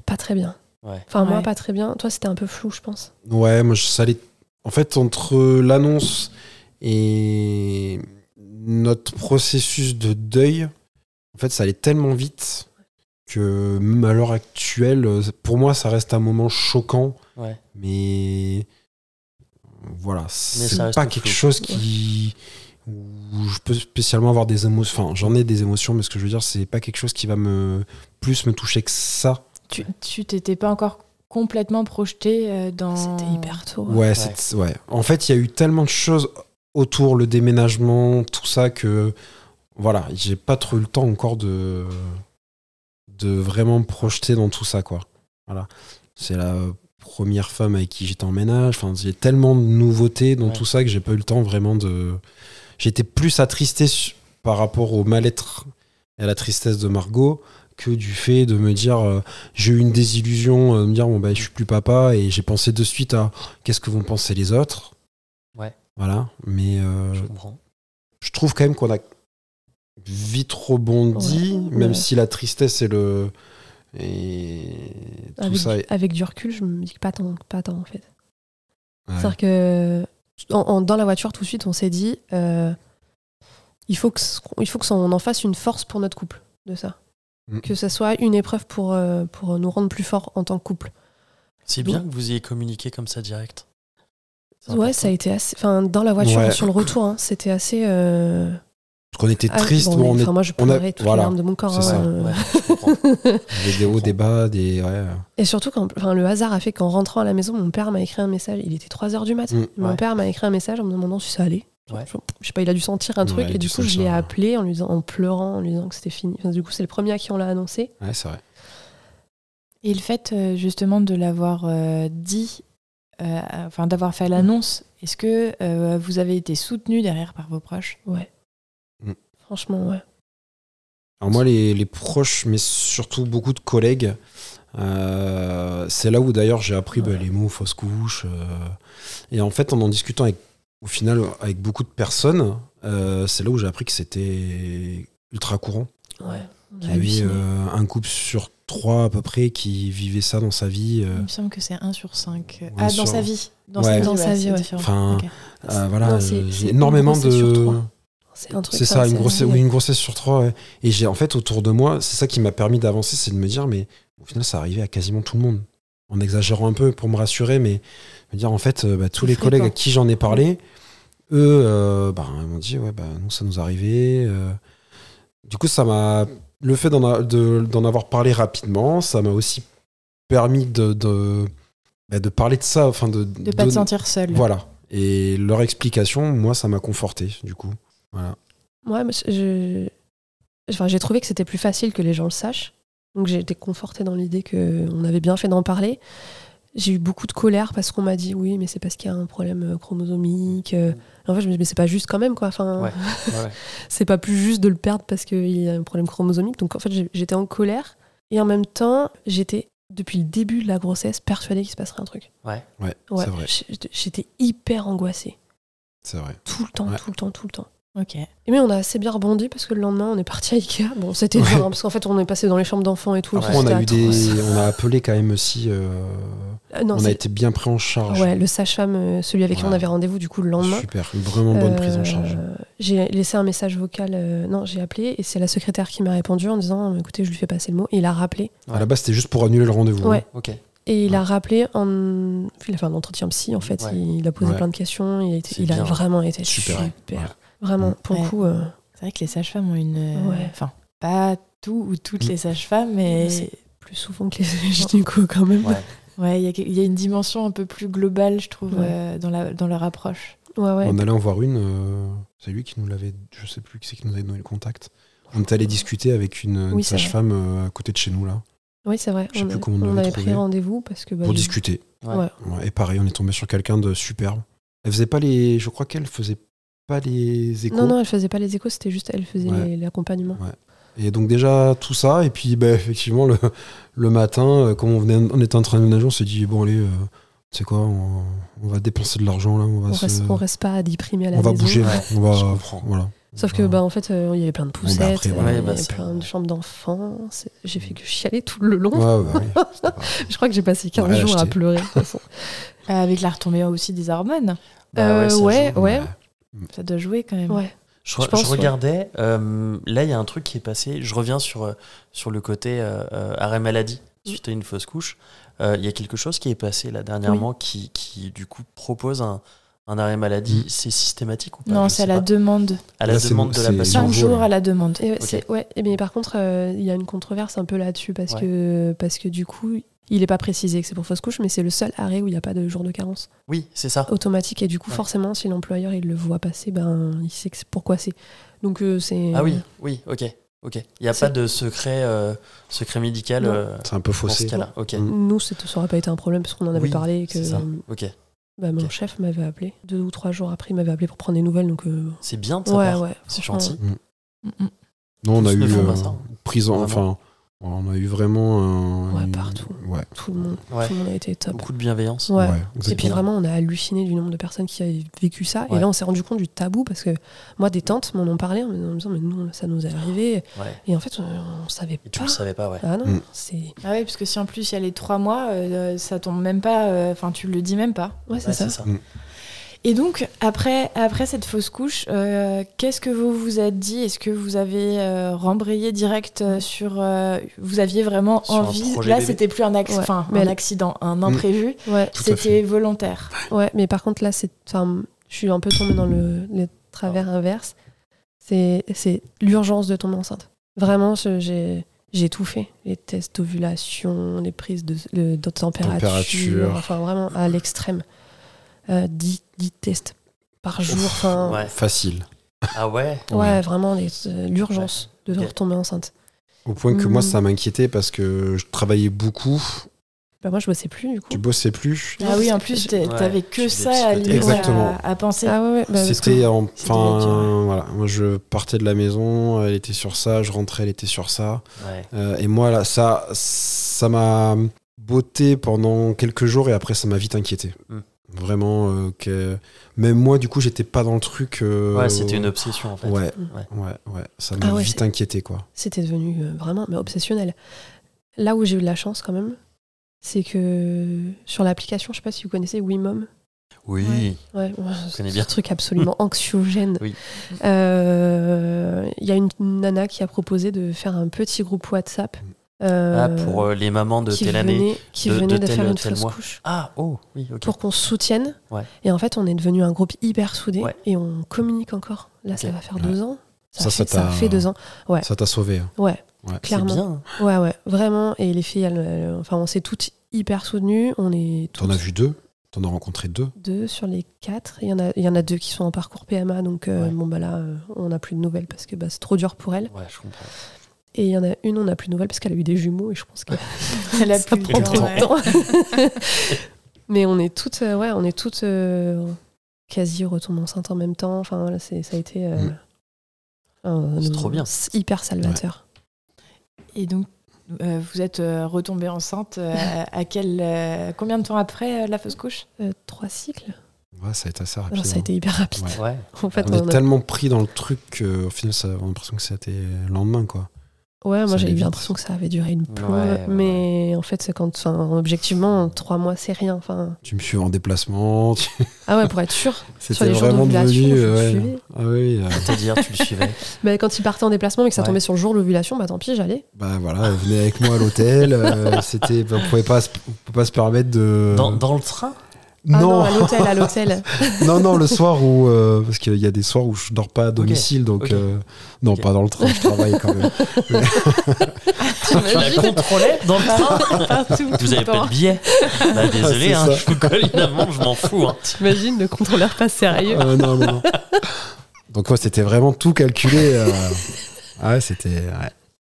[SPEAKER 2] pas très bien.
[SPEAKER 1] Ouais.
[SPEAKER 2] Enfin, moi,
[SPEAKER 4] Ouais.
[SPEAKER 2] pas très bien. Toi, c'était un peu flou, je pense.
[SPEAKER 3] Ouais, moi je, ça allait- En fait, entre l'annonce et notre processus de deuil, en fait, ça allait tellement vite que même à l'heure actuelle, euh, pour moi, ça reste un moment choquant.
[SPEAKER 1] Ouais.
[SPEAKER 3] Mais voilà, c'est
[SPEAKER 1] ça reste
[SPEAKER 3] pas quelque
[SPEAKER 1] flou.
[SPEAKER 3] chose qui où je peux spécialement avoir des émotions. Enfin, j'en ai des émotions, mais ce que je veux dire, c'est pas quelque chose qui va me plus me toucher que ça.
[SPEAKER 4] Tu tu t'étais pas encore complètement projeté euh, dans.
[SPEAKER 2] C'était hyper tôt.
[SPEAKER 3] Ouais, c'est- ouais. En fait, il y a eu tellement de choses autour, le déménagement, tout ça, que voilà, j'ai pas trop eu le temps encore de, de vraiment me projeter dans tout ça, quoi. Voilà. C'est la première femme avec qui j'étais en ménage. Enfin, j'ai tellement de nouveautés dans
[SPEAKER 1] Ouais.
[SPEAKER 3] tout ça que j'ai pas eu le temps vraiment de. J'étais plus attristé su- par rapport au mal-être et à la tristesse de Margot que du fait de me dire euh, j'ai eu une désillusion, euh, me dire bon bah je suis plus papa et j'ai pensé de suite à qu'est-ce que vont penser les autres.
[SPEAKER 1] Ouais.
[SPEAKER 3] Voilà. Mais euh,
[SPEAKER 1] Je comprends.
[SPEAKER 3] je trouve quand même qu'on a vite rebondi,
[SPEAKER 2] Ouais.
[SPEAKER 3] même
[SPEAKER 2] Ouais.
[SPEAKER 3] si la tristesse et le et tout
[SPEAKER 2] Avec,
[SPEAKER 3] ça.
[SPEAKER 2] du,
[SPEAKER 3] est-
[SPEAKER 2] avec du recul, je me dis que pas tant, pas tant en fait.
[SPEAKER 3] Ouais.
[SPEAKER 2] C'est-à-dire que en- en- dans la voiture, tout de suite, on s'est dit euh, il faut que ce- il faut que ça- on en fasse une force pour notre couple de ça.
[SPEAKER 3] Mm.
[SPEAKER 2] Que ça soit une épreuve pour, euh, pour nous rendre plus forts en tant que couple.
[SPEAKER 1] C'est bien que vous ayez communiqué comme ça direct. C'est
[SPEAKER 2] Ouais,
[SPEAKER 1] important.
[SPEAKER 2] ça a été assez. Enfin, dans la voiture,
[SPEAKER 3] Ouais.
[SPEAKER 2] sur le retour, hein, c'était assez. euh,
[SPEAKER 3] Parce qu'on était
[SPEAKER 2] ah,
[SPEAKER 3] triste,
[SPEAKER 2] bon,
[SPEAKER 3] bon,
[SPEAKER 2] mais-
[SPEAKER 3] on est-
[SPEAKER 2] enfin, moi, je
[SPEAKER 3] on a-
[SPEAKER 2] pleurais toutes les
[SPEAKER 3] voilà,
[SPEAKER 2] larmes de mon corps.
[SPEAKER 3] c'est ça,
[SPEAKER 2] euh,
[SPEAKER 1] Ouais, je comprends.
[SPEAKER 3] il y avait des hauts, des bas, des ouais.
[SPEAKER 2] Et surtout, quand, enfin, le hasard a fait qu'en rentrant à la maison, mon père m'a écrit un message. Il était 3h du matin.
[SPEAKER 3] Mm,
[SPEAKER 2] mon
[SPEAKER 1] ouais.
[SPEAKER 2] père m'a écrit un message en me demandant si ça allait.
[SPEAKER 1] Ouais.
[SPEAKER 2] Je je sais pas, il a dû sentir un
[SPEAKER 3] Ouais,
[SPEAKER 2] truc.
[SPEAKER 3] il a
[SPEAKER 2] Et du
[SPEAKER 3] dû
[SPEAKER 2] coup, je
[SPEAKER 3] sentir,
[SPEAKER 2] l'ai
[SPEAKER 3] ouais.
[SPEAKER 2] appelé en, lui disant, en pleurant, en lui disant que c'était fini. Enfin, du coup, c'est le premier à qui on l'a annoncé.
[SPEAKER 3] Ouais, c'est vrai.
[SPEAKER 4] Et le fait euh, justement de l'avoir euh, dit, euh, enfin d'avoir fait l'annonce, est-ce que euh, vous avez été soutenu derrière par vos proches
[SPEAKER 2] Franchement, ouais.
[SPEAKER 3] Alors moi, les, les proches, mais surtout beaucoup de collègues, euh, c'est là où d'ailleurs j'ai appris bah,
[SPEAKER 2] Ouais.
[SPEAKER 3] les mots fausse couche. euh, et en fait, en en discutant avec, au final avec beaucoup de personnes, euh, c'est là où j'ai appris que c'était ultra courant.
[SPEAKER 2] ouais. On a
[SPEAKER 3] Il y avait
[SPEAKER 2] halluciné.
[SPEAKER 3] euh, un couple sur trois à peu près qui vivait ça dans sa vie. euh,
[SPEAKER 4] Il me semble que c'est 1 sur 5.
[SPEAKER 3] Ouais,
[SPEAKER 4] ah, dans
[SPEAKER 3] sur-
[SPEAKER 4] sa vie. Dans
[SPEAKER 3] Ouais.
[SPEAKER 4] sa vie,
[SPEAKER 2] Dans
[SPEAKER 4] ouais,
[SPEAKER 2] sa vie,
[SPEAKER 4] c'est
[SPEAKER 2] ouais.
[SPEAKER 4] différent.
[SPEAKER 3] Enfin,
[SPEAKER 4] Ok.
[SPEAKER 3] euh, voilà,
[SPEAKER 2] Mmh. non, c'est-
[SPEAKER 3] euh,
[SPEAKER 2] c'est
[SPEAKER 3] j'ai
[SPEAKER 2] une
[SPEAKER 3] énormément
[SPEAKER 2] grossesse sur
[SPEAKER 3] de.
[SPEAKER 2] trois. C'est un truc.
[SPEAKER 4] hein,
[SPEAKER 3] C'est ça,
[SPEAKER 2] enfin,
[SPEAKER 3] une grossesse,
[SPEAKER 2] dingue.
[SPEAKER 3] oui, une grossesse sur trois. ouais. Et j'ai en fait autour de moi, c'est ça qui m'a permis d'avancer, c'est de me dire, mais au final, ça arrivait à quasiment tout le monde. En exagérant un peu pour me rassurer, mais me dire en fait, euh, bah, tous
[SPEAKER 4] C'est
[SPEAKER 3] les collègues à
[SPEAKER 4] fréquent.
[SPEAKER 3] qui j'en ai parlé, eux, euh, bah, ils m'ont dit, ouais, bah, nous, ça nous arrivait. euh. Du coup, ça m'a. Le fait d'en a- de- d'en avoir parlé rapidement, ça m'a aussi permis de, de, bah, de parler de ça, enfin de.
[SPEAKER 4] De pas te
[SPEAKER 3] donner-
[SPEAKER 4] sentir seul.
[SPEAKER 3] Voilà. Et leur explication, moi, ça m'a conforté, du coup. Voilà.
[SPEAKER 2] Ouais, mais je- enfin, j'ai trouvé que c'était plus facile que les gens le sachent. Donc j'ai été confortée dans l'idée qu'on avait bien fait d'en parler. J'ai eu beaucoup de colère parce qu'on m'a dit oui, mais c'est parce qu'il y a un problème euh, chromosomique. euh.
[SPEAKER 3] Mm.
[SPEAKER 2] En fait, je me dis mais c'est pas juste quand même quoi. Enfin,
[SPEAKER 1] Ouais. Ouais, ouais.
[SPEAKER 2] c'est pas plus juste de le perdre parce qu'il y a un problème chromosomique. Donc en fait, j'ai- j'étais en colère et en même temps, j'étais depuis le début de la grossesse persuadée qu'il se passerait un truc.
[SPEAKER 3] Ouais,
[SPEAKER 2] Ouais,
[SPEAKER 3] c'est vrai.
[SPEAKER 2] j'- j'étais hyper angoissée
[SPEAKER 3] C'est vrai.
[SPEAKER 2] tout le temps,
[SPEAKER 3] Ouais.
[SPEAKER 2] tout le temps, tout le temps.
[SPEAKER 4] Ok.
[SPEAKER 2] Et Mais on a assez bien rebondi parce que le lendemain on est parti à Ikea. Bon, c'était
[SPEAKER 3] Ouais.
[SPEAKER 2] dur hein, parce qu'en fait on est passé dans les chambres d'enfants et tout.
[SPEAKER 3] Après,
[SPEAKER 1] Ouais.
[SPEAKER 3] on
[SPEAKER 2] C'était
[SPEAKER 3] a eu
[SPEAKER 2] atroce.
[SPEAKER 3] des, on a appelé quand même aussi. euh,
[SPEAKER 2] Ah, non,
[SPEAKER 3] on a
[SPEAKER 2] c'est-
[SPEAKER 3] été bien pris en charge.
[SPEAKER 2] Ouais, le sage-femme, euh, celui avec qui on
[SPEAKER 3] Ouais.
[SPEAKER 2] avait rendez-vous du coup le lendemain.
[SPEAKER 3] Super, une vraiment bonne prise en charge.
[SPEAKER 2] Euh, J'ai laissé un message vocal. euh, non, j'ai appelé et c'est la secrétaire qui m'a répondu en disant euh, écoutez, je lui fais passer le mot. Et il a rappelé.
[SPEAKER 3] À la base, c'était juste pour annuler le rendez-vous. hein.
[SPEAKER 2] Ouais.
[SPEAKER 1] Ok.
[SPEAKER 2] Et il a
[SPEAKER 3] Ouais.
[SPEAKER 2] rappelé en. Il a fait un entretien psy en fait.
[SPEAKER 1] Ouais.
[SPEAKER 2] Il, a posé
[SPEAKER 3] Ouais.
[SPEAKER 2] plein de questions. Il a, été-
[SPEAKER 1] C'est
[SPEAKER 2] il a
[SPEAKER 1] bien.
[SPEAKER 2] vraiment été super.
[SPEAKER 3] Super, ouais. Ouais.
[SPEAKER 2] Vraiment, pour le
[SPEAKER 4] Ouais.
[SPEAKER 2] coup. euh,
[SPEAKER 4] C'est vrai que les sages-femmes ont une. euh,
[SPEAKER 2] Ouais.
[SPEAKER 4] Enfin, pas tout ou toutes
[SPEAKER 3] Mm.
[SPEAKER 4] les sages-femmes, mais.
[SPEAKER 2] C'est- plus souvent que les gynécos quand même.
[SPEAKER 1] Ouais.
[SPEAKER 4] Ouais, il y, a que- il y a une dimension un peu plus globale, je trouve,
[SPEAKER 2] Ouais.
[SPEAKER 4] euh, dans, la, dans leur approche.
[SPEAKER 2] Ouais, ouais.
[SPEAKER 3] On allait en voir une, euh, c'est lui qui nous l'avait, je sais plus qui c'est qui nous avait donné le contact. On est allé discuter avec une, une
[SPEAKER 2] Oui, c'est vrai.
[SPEAKER 3] sage-femme euh, à côté de chez nous, là,
[SPEAKER 2] Oui, c'est vrai.
[SPEAKER 3] Je sais
[SPEAKER 2] on
[SPEAKER 3] plus
[SPEAKER 2] avait-
[SPEAKER 3] comment on
[SPEAKER 2] on
[SPEAKER 3] l'avait
[SPEAKER 2] avait
[SPEAKER 3] trouvé.
[SPEAKER 2] pris rendez-vous parce que. bah,
[SPEAKER 3] pour
[SPEAKER 2] du-
[SPEAKER 3] discuter.
[SPEAKER 1] Ouais.
[SPEAKER 2] Ouais.
[SPEAKER 3] Ouais, et pareil, on est tombé sur quelqu'un de superbe. Elle faisait pas les. Je crois qu'elle faisait pas les échos.
[SPEAKER 2] Non, non, elle faisait pas les échos, c'était juste elle faisait
[SPEAKER 3] Ouais.
[SPEAKER 2] les- l'accompagnement.
[SPEAKER 3] Et donc, déjà, tout ça. Et puis, bah, effectivement, le, le matin, euh, comme on, venait, on était en train de ménager, on s'est dit bon, allez, euh, tu sais quoi, on, on va dépenser de l'argent, là. On va,
[SPEAKER 2] On,
[SPEAKER 3] se-
[SPEAKER 2] reste, on reste pas à 10 primes à la
[SPEAKER 3] on va
[SPEAKER 2] maison.
[SPEAKER 3] bouger.
[SPEAKER 1] Ouais,
[SPEAKER 3] on
[SPEAKER 1] je
[SPEAKER 3] va,
[SPEAKER 1] comprends.
[SPEAKER 3] voilà.
[SPEAKER 2] Sauf que,
[SPEAKER 3] Ouais.
[SPEAKER 2] bah, en fait, euh, il y avait plein de
[SPEAKER 3] bah, après,
[SPEAKER 2] poussettes, euh, il
[SPEAKER 3] voilà,
[SPEAKER 2] y
[SPEAKER 1] bah,
[SPEAKER 2] avait
[SPEAKER 1] c'est-
[SPEAKER 2] plein de chambres d'enfants. C'est- J'ai fait que chialer tout le long.
[SPEAKER 3] Ouais, bah oui, c'était pas-
[SPEAKER 2] Je crois que j'ai passé 15
[SPEAKER 3] Ouais,
[SPEAKER 2] jours à
[SPEAKER 3] acheter.
[SPEAKER 2] pleurer. de toute façon.
[SPEAKER 4] Euh, Avec la retombée aussi des hormones,
[SPEAKER 1] Bah
[SPEAKER 2] Euh,
[SPEAKER 1] ça
[SPEAKER 2] ouais,
[SPEAKER 1] joue.
[SPEAKER 2] ouais,
[SPEAKER 4] ça doit jouer quand même.
[SPEAKER 2] ouais.
[SPEAKER 1] Je,
[SPEAKER 2] Je
[SPEAKER 1] je
[SPEAKER 2] pense, ouais.
[SPEAKER 1] regardais, euh, là il y a un truc qui est passé, je reviens sur, euh, sur le côté euh, euh, arrêt maladie suite à une fausse couche. Euh, Il y a quelque chose qui est passé là dernièrement qui, qui du coup propose un, un arrêt maladie.
[SPEAKER 3] Mm.
[SPEAKER 1] C'est systématique ou pas
[SPEAKER 4] Non,
[SPEAKER 1] Ah, Je
[SPEAKER 4] c'est
[SPEAKER 1] sais
[SPEAKER 4] à la
[SPEAKER 1] pas.
[SPEAKER 4] demande.
[SPEAKER 1] à la
[SPEAKER 3] Là, c'est-
[SPEAKER 1] demande de la
[SPEAKER 3] c'est-
[SPEAKER 1] patiente.
[SPEAKER 3] Cinq
[SPEAKER 4] Cinq
[SPEAKER 3] jours,
[SPEAKER 4] jours
[SPEAKER 3] là.
[SPEAKER 4] à la demande.
[SPEAKER 2] Et ouais, c'est- ouais, et mais par contre, euh, il y a une controverse un peu là-dessus parce,
[SPEAKER 1] Ouais.
[SPEAKER 2] que, parce que du coup, il est pas précisé que c'est pour fausse couche, mais c'est le seul arrêt où il n'y a pas de jour de carence
[SPEAKER 1] Oui, c'est ça.
[SPEAKER 2] automatique. Et du coup,
[SPEAKER 1] Ouais.
[SPEAKER 2] forcément, si l'employeur il le voit passer, ben, il sait que c'est- pourquoi c'est. Donc, euh, c'est.
[SPEAKER 1] Ah oui, oui, ok. ok. Il n'y a
[SPEAKER 2] C'est-
[SPEAKER 1] pas de secret, euh, secret médical
[SPEAKER 2] Non.
[SPEAKER 1] euh,
[SPEAKER 3] C'est un peu
[SPEAKER 1] dans ce
[SPEAKER 3] faussé.
[SPEAKER 1] cas-là. Ok,
[SPEAKER 3] Mm.
[SPEAKER 2] Nous, c'est- ça aurait pas été un problème parce qu'on en avait
[SPEAKER 1] Oui,
[SPEAKER 2] parlé et que
[SPEAKER 1] c'est ça.
[SPEAKER 2] euh,
[SPEAKER 1] ok.
[SPEAKER 2] bah, mon
[SPEAKER 1] Ok.
[SPEAKER 2] chef m'avait appelé. Deux ou trois jours après, il m'avait appelé pour prendre des nouvelles. Donc, euh,
[SPEAKER 1] C'est bien de
[SPEAKER 2] ouais,
[SPEAKER 1] savoir.
[SPEAKER 2] ouais.
[SPEAKER 1] C'est
[SPEAKER 2] franchement,
[SPEAKER 1] gentil.
[SPEAKER 4] Mm, mm.
[SPEAKER 3] Non, on a
[SPEAKER 1] Tous
[SPEAKER 3] eu
[SPEAKER 1] ne font
[SPEAKER 3] euh,
[SPEAKER 1] pas ça.
[SPEAKER 3] prise en.
[SPEAKER 1] Vraiment.
[SPEAKER 3] Enfin, on a eu vraiment. un-
[SPEAKER 2] Ouais, partout.
[SPEAKER 3] Ouais.
[SPEAKER 2] Tout le monde,
[SPEAKER 1] Ouais.
[SPEAKER 2] tout le monde a été top.
[SPEAKER 1] Beaucoup de bienveillance.
[SPEAKER 2] Ouais.
[SPEAKER 3] Ouais,
[SPEAKER 2] Et puis
[SPEAKER 3] exactement.
[SPEAKER 2] vraiment, on a halluciné du nombre de personnes qui avaient vécu ça. Et
[SPEAKER 1] Ouais.
[SPEAKER 2] là, on s'est rendu compte du tabou parce que moi, des tantes m'en ont parlé en me disant, mais nous, ça nous est arrivé.
[SPEAKER 1] Ouais.
[SPEAKER 2] Et en fait, on, on savait
[SPEAKER 1] Et tu
[SPEAKER 2] pas.
[SPEAKER 1] le savais pas, ouais.
[SPEAKER 2] Ah non,
[SPEAKER 3] Mm.
[SPEAKER 2] c'est.
[SPEAKER 4] Ah oui, parce que si en plus il y a les trois mois, euh, ça tombe même pas, euh, enfin tu le dis même pas.
[SPEAKER 2] Ouais, c'est
[SPEAKER 1] Ouais,
[SPEAKER 2] ça.
[SPEAKER 4] Et donc, après, après cette fausse couche, euh, qu'est-ce que vous vous êtes dit Est-ce que vous avez euh, rembrayé direct euh, sur... euh, vous aviez vraiment
[SPEAKER 1] Sur un
[SPEAKER 4] envie...
[SPEAKER 1] projet
[SPEAKER 4] Là,
[SPEAKER 1] bébé. Mm.
[SPEAKER 4] c'était plus un, acc-
[SPEAKER 2] Ouais,
[SPEAKER 4] enfin,
[SPEAKER 2] mais
[SPEAKER 4] un
[SPEAKER 2] elle-
[SPEAKER 4] accident, un imprévu.
[SPEAKER 2] Ouais,
[SPEAKER 3] Tout à
[SPEAKER 4] C'était volontaire.
[SPEAKER 2] ouais. Mais par contre, là, c'est. Enfin, je suis un peu tombée dans le, le travers
[SPEAKER 3] Ah.
[SPEAKER 2] inverse. C'est c'est l'urgence de tomber enceinte. Vraiment, je- j'ai. J'ai tout fait. Les tests d'ovulation, les prises de, le- de température,
[SPEAKER 3] Température.
[SPEAKER 2] Enfin, vraiment à l'extrême. Euh, 10, 10 tests par jour. Enfin,
[SPEAKER 1] Ouais.
[SPEAKER 3] Facile.
[SPEAKER 1] Ah ouais
[SPEAKER 2] Ouais,
[SPEAKER 3] Ouais.
[SPEAKER 2] vraiment les- euh, l'urgence de
[SPEAKER 1] Ok.
[SPEAKER 2] retomber enceinte.
[SPEAKER 3] Au point que moi,
[SPEAKER 2] Mm.
[SPEAKER 3] ça m'inquiétait parce que je travaillais beaucoup,
[SPEAKER 2] Bah, moi, je bossais plus du coup.
[SPEAKER 3] tu bossais plus.
[SPEAKER 4] Ah oui, en plus, t'es-
[SPEAKER 1] Ouais,
[SPEAKER 4] t'avais
[SPEAKER 1] j'ai
[SPEAKER 4] que
[SPEAKER 1] des
[SPEAKER 4] ça
[SPEAKER 1] petits
[SPEAKER 4] à,
[SPEAKER 1] côtés.
[SPEAKER 4] livrer à-
[SPEAKER 3] Exactement.
[SPEAKER 4] à penser.
[SPEAKER 2] Ah ouais, ouais, bah, parce que-
[SPEAKER 3] C'était
[SPEAKER 4] C'était dur.
[SPEAKER 3] enfin voilà, moi je partais de la maison, elle était sur ça, je rentrais, elle était sur ça.
[SPEAKER 1] Ouais.
[SPEAKER 3] Euh, et moi là, ça, ça m'a botté pendant quelques jours et après ça m'a vite inquiété.
[SPEAKER 1] Mm.
[SPEAKER 3] Vraiment euh, que même moi du coup j'étais pas dans le truc. euh,
[SPEAKER 1] Ouais, c'était une obsession en fait.
[SPEAKER 3] Ouais,
[SPEAKER 1] Ouais.
[SPEAKER 3] ouais, ouais, ça
[SPEAKER 2] Ah
[SPEAKER 3] m'a
[SPEAKER 2] ouais,
[SPEAKER 3] vite
[SPEAKER 2] c'est-
[SPEAKER 3] inquiété quoi.
[SPEAKER 2] c'était devenu euh, vraiment mais obsessionnel. Là où j'ai eu de la chance quand même, c'est que sur l'application, je sais pas si vous connaissez Wimom.
[SPEAKER 1] Oui.
[SPEAKER 4] Ouais.
[SPEAKER 2] Ouais, ouais,
[SPEAKER 1] connais
[SPEAKER 2] c'est
[SPEAKER 1] bien.
[SPEAKER 2] un truc absolument anxiogène.
[SPEAKER 1] Oui.
[SPEAKER 2] Euh, Il y a une nana qui a proposé de faire un petit groupe WhatsApp.
[SPEAKER 1] Ah,
[SPEAKER 2] euh,
[SPEAKER 1] pour euh, les mamans de
[SPEAKER 2] qui
[SPEAKER 1] telle année.
[SPEAKER 2] venait- qui
[SPEAKER 1] de-
[SPEAKER 2] venait
[SPEAKER 1] de
[SPEAKER 2] de,
[SPEAKER 1] tel- euh,
[SPEAKER 2] faire une
[SPEAKER 1] tel
[SPEAKER 2] fausse
[SPEAKER 1] mois.
[SPEAKER 2] couche.
[SPEAKER 1] Ah, oh, oui, ok.
[SPEAKER 2] pour qu'on se soutienne.
[SPEAKER 1] Ouais.
[SPEAKER 2] Et en fait, on est devenu un groupe hyper soudé
[SPEAKER 1] Ouais.
[SPEAKER 2] et on communique encore. Là, ça
[SPEAKER 1] Ok.
[SPEAKER 2] va faire
[SPEAKER 3] Ouais.
[SPEAKER 2] deux ans. Ça,
[SPEAKER 3] Ça, ça
[SPEAKER 2] fait, ça
[SPEAKER 3] t'a-
[SPEAKER 2] fait deux ans. Ouais.
[SPEAKER 3] Ça t'a sauvé. hein.
[SPEAKER 2] Ouais,
[SPEAKER 3] Ouais, c'est
[SPEAKER 1] C'est
[SPEAKER 2] clairement.
[SPEAKER 1] bien.
[SPEAKER 2] Ouais, ouais, vraiment. Et les filles, elles, elles- enfin, on s'est toutes hyper soutenues. On est
[SPEAKER 3] T'en
[SPEAKER 2] toutes
[SPEAKER 3] as vu deux, t'en as rencontré deux.
[SPEAKER 2] deux sur les quatre. Il y en a, il y en a deux qui sont en parcours PMA, donc euh,
[SPEAKER 1] Ouais.
[SPEAKER 2] bon bah là, euh, on n'a plus de nouvelles parce que bah, c'est trop dur pour elle.
[SPEAKER 1] hein. Ouais, je comprends.
[SPEAKER 2] Et il y en a une, on n'a plus de nouvelles parce qu'elle a eu des jumeaux et je pense que
[SPEAKER 4] Elle a
[SPEAKER 2] ça
[SPEAKER 4] plus le
[SPEAKER 2] prend
[SPEAKER 4] temps,
[SPEAKER 2] trop
[SPEAKER 4] ouais.
[SPEAKER 2] de temps. Mais on est toutes, euh, ouais, on est toutes euh, quasi retombées enceintes en même temps. Enfin, voilà, c'est, ça a été euh,
[SPEAKER 3] Mm.
[SPEAKER 2] un-
[SPEAKER 1] C'est
[SPEAKER 2] un-
[SPEAKER 1] trop bien.
[SPEAKER 2] c'est hyper salvateur.
[SPEAKER 4] Et donc, euh, vous êtes euh, retombée enceinte euh, à- à quel, euh, combien de temps après euh, la fausse couche
[SPEAKER 2] Euh, trois cycles.
[SPEAKER 3] Ouais, ça a été assez rapide.
[SPEAKER 2] Alors ça a
[SPEAKER 3] hein.
[SPEAKER 2] été hyper rapide.
[SPEAKER 3] Ouais.
[SPEAKER 1] Ouais.
[SPEAKER 2] En fait,
[SPEAKER 3] On est
[SPEAKER 2] on a-
[SPEAKER 3] tellement pris dans le truc qu'au final, ça, on a l'impression que c'était le lendemain quoi.
[SPEAKER 2] ouais, moi
[SPEAKER 3] ça
[SPEAKER 2] j'ai
[SPEAKER 3] allait
[SPEAKER 2] eu
[SPEAKER 3] vite.
[SPEAKER 2] l'impression que ça avait duré une plombe,
[SPEAKER 1] Ouais, ouais,
[SPEAKER 2] mais en fait, c'est quand, enfin, objectivement, trois mois c'est rien. Enfin,
[SPEAKER 3] Tu me suis en déplacement. tu-
[SPEAKER 2] ah ouais, pour être sûr.
[SPEAKER 3] C'était
[SPEAKER 2] les jours
[SPEAKER 3] vraiment
[SPEAKER 2] d'ovulation,
[SPEAKER 3] devenu.
[SPEAKER 2] je
[SPEAKER 3] euh,
[SPEAKER 2] le
[SPEAKER 3] ouais.
[SPEAKER 2] suivais.
[SPEAKER 3] Ah oui, euh,
[SPEAKER 1] Pour te dire, tu le suivais.
[SPEAKER 2] Mais Bah, quand il partait en déplacement et que ça
[SPEAKER 1] Ouais.
[SPEAKER 2] tombait sur le jour de l'ovulation, bah tant pis, j'allais.
[SPEAKER 3] bah voilà, elle venait avec moi à l'hôtel. euh, C'était, bah, on pouvait pas, se- on peut pas se permettre de.
[SPEAKER 1] Dans, dans le train
[SPEAKER 2] Ah non,
[SPEAKER 3] non,
[SPEAKER 2] à l'hôtel, à l'hôtel.
[SPEAKER 3] non, non, le soir où. euh, parce qu'il y a des soirs où je dors pas à domicile, donc.
[SPEAKER 1] ok.
[SPEAKER 3] euh, non,
[SPEAKER 1] Ok.
[SPEAKER 3] pas dans le train, je travaille quand même.
[SPEAKER 2] Euh,
[SPEAKER 1] Tu la contrôlais dans le train
[SPEAKER 2] Partout, tout
[SPEAKER 1] Vous
[SPEAKER 2] le
[SPEAKER 1] avez pas
[SPEAKER 2] temps.
[SPEAKER 1] de billet bah, Désolé,
[SPEAKER 3] C'est
[SPEAKER 1] hein,
[SPEAKER 3] ça.
[SPEAKER 1] je vous colle une amende, je m'en fous. hein.
[SPEAKER 2] T'imagines le contrôleur pas sérieux.
[SPEAKER 3] Euh, non, non, non. Donc, ouais, c'était vraiment tout calculé. euh, ah ouais, c'était.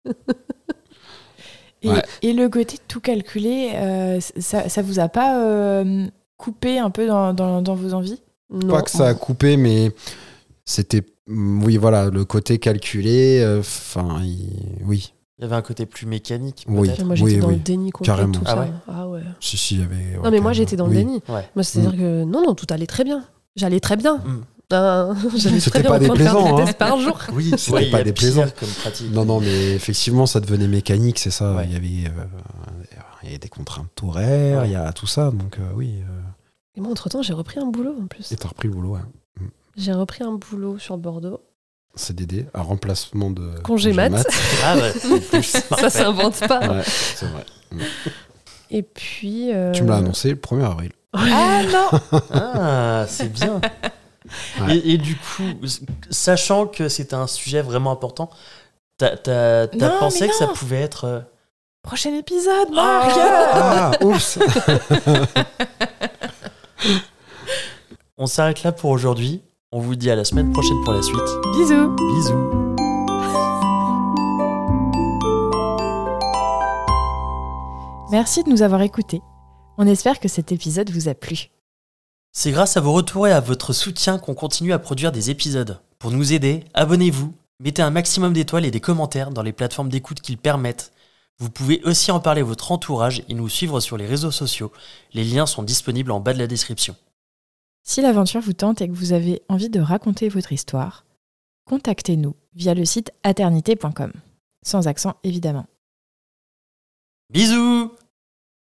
[SPEAKER 3] ouais.
[SPEAKER 4] Et,
[SPEAKER 3] Ouais.
[SPEAKER 4] et le côté tout calculé, euh, ça, ça vous a pas euh, coupé un peu dans, dans- dans vos envies
[SPEAKER 2] Non.
[SPEAKER 3] Pas que ça a coupé, mais c'était. mm, Oui, voilà, le côté calculé. euh, Enfin, il- oui.
[SPEAKER 1] Il y avait un côté plus mécanique.
[SPEAKER 3] Oui.
[SPEAKER 1] peut-être.
[SPEAKER 2] Moi, j'étais
[SPEAKER 3] Oui,
[SPEAKER 2] dans
[SPEAKER 3] oui.
[SPEAKER 2] le déni complet de tout
[SPEAKER 3] Carrément.
[SPEAKER 2] ça.
[SPEAKER 1] Ah ouais.
[SPEAKER 2] Ah ouais.
[SPEAKER 3] Si, si, il y avait. ouais,
[SPEAKER 2] Non, mais moi,
[SPEAKER 3] quand même.
[SPEAKER 2] j'étais dans le
[SPEAKER 3] Oui. Mm.
[SPEAKER 2] déni.
[SPEAKER 1] Ouais.
[SPEAKER 2] Moi, c'est-à-dire que non, non, tout allait très bien. J'allais très bien.
[SPEAKER 1] Mm.
[SPEAKER 2] Euh, J'allais très
[SPEAKER 3] C'était
[SPEAKER 2] bien
[SPEAKER 3] pas
[SPEAKER 2] au point de faire
[SPEAKER 3] déplaisant,
[SPEAKER 2] des
[SPEAKER 3] hein.
[SPEAKER 2] tests par jour.
[SPEAKER 1] Oui,
[SPEAKER 3] C'était
[SPEAKER 1] ouais, il y
[SPEAKER 3] pas
[SPEAKER 1] a pire
[SPEAKER 3] déplaisant.
[SPEAKER 1] comme pratique.
[SPEAKER 3] Non, non, mais effectivement, ça devenait mécanique, c'est ça.
[SPEAKER 1] Ouais.
[SPEAKER 3] Il, y avait, euh, il y avait des contraintes horaires,
[SPEAKER 1] Ouais.
[SPEAKER 3] il y a tout ça. Donc, euh, oui. euh,
[SPEAKER 2] Et moi, entre-temps, j'ai repris un boulot en plus.
[SPEAKER 3] et t'as repris le boulot, ouais.
[SPEAKER 2] J'ai repris un boulot sur Bordeaux.
[SPEAKER 3] CDD, un remplacement de.
[SPEAKER 2] Congé mat.
[SPEAKER 1] Ah ouais, en plus.
[SPEAKER 2] Ça s'invente pas.
[SPEAKER 3] Ouais, c'est vrai.
[SPEAKER 2] Et puis. euh,
[SPEAKER 3] Tu me l'as annoncé le 1er avril.
[SPEAKER 4] Ah non
[SPEAKER 1] Ah, c'est bien.
[SPEAKER 3] Ouais.
[SPEAKER 1] Et, et du coup, s- sachant que c'était un sujet vraiment important, t'as t'as- t'as
[SPEAKER 4] Non,
[SPEAKER 1] pensé
[SPEAKER 4] mais
[SPEAKER 1] que ça
[SPEAKER 4] non.
[SPEAKER 1] pouvait être. euh,
[SPEAKER 4] Prochain épisode, Marc
[SPEAKER 3] Ah, oups
[SPEAKER 1] On s'arrête là pour aujourd'hui. On vous dit à la semaine prochaine pour la suite.
[SPEAKER 4] Bisous
[SPEAKER 1] Bisous.
[SPEAKER 4] Merci de nous avoir écoutés. On espère que cet épisode vous a plu.
[SPEAKER 1] C'est grâce à vos retours et à votre soutien qu'on continue à produire des épisodes. Pour nous aider, abonnez-vous, mettez un maximum d'étoiles et des commentaires dans les plateformes d'écoute qu'ils permettent. Vous pouvez aussi en parler à votre entourage et nous suivre sur les réseaux sociaux. Les liens sont disponibles en bas de la description.
[SPEAKER 4] Si l'aventure vous tente et que vous avez envie de raconter votre histoire, contactez-nous via le site aternité.com. Sans accent, évidemment.
[SPEAKER 1] Bisous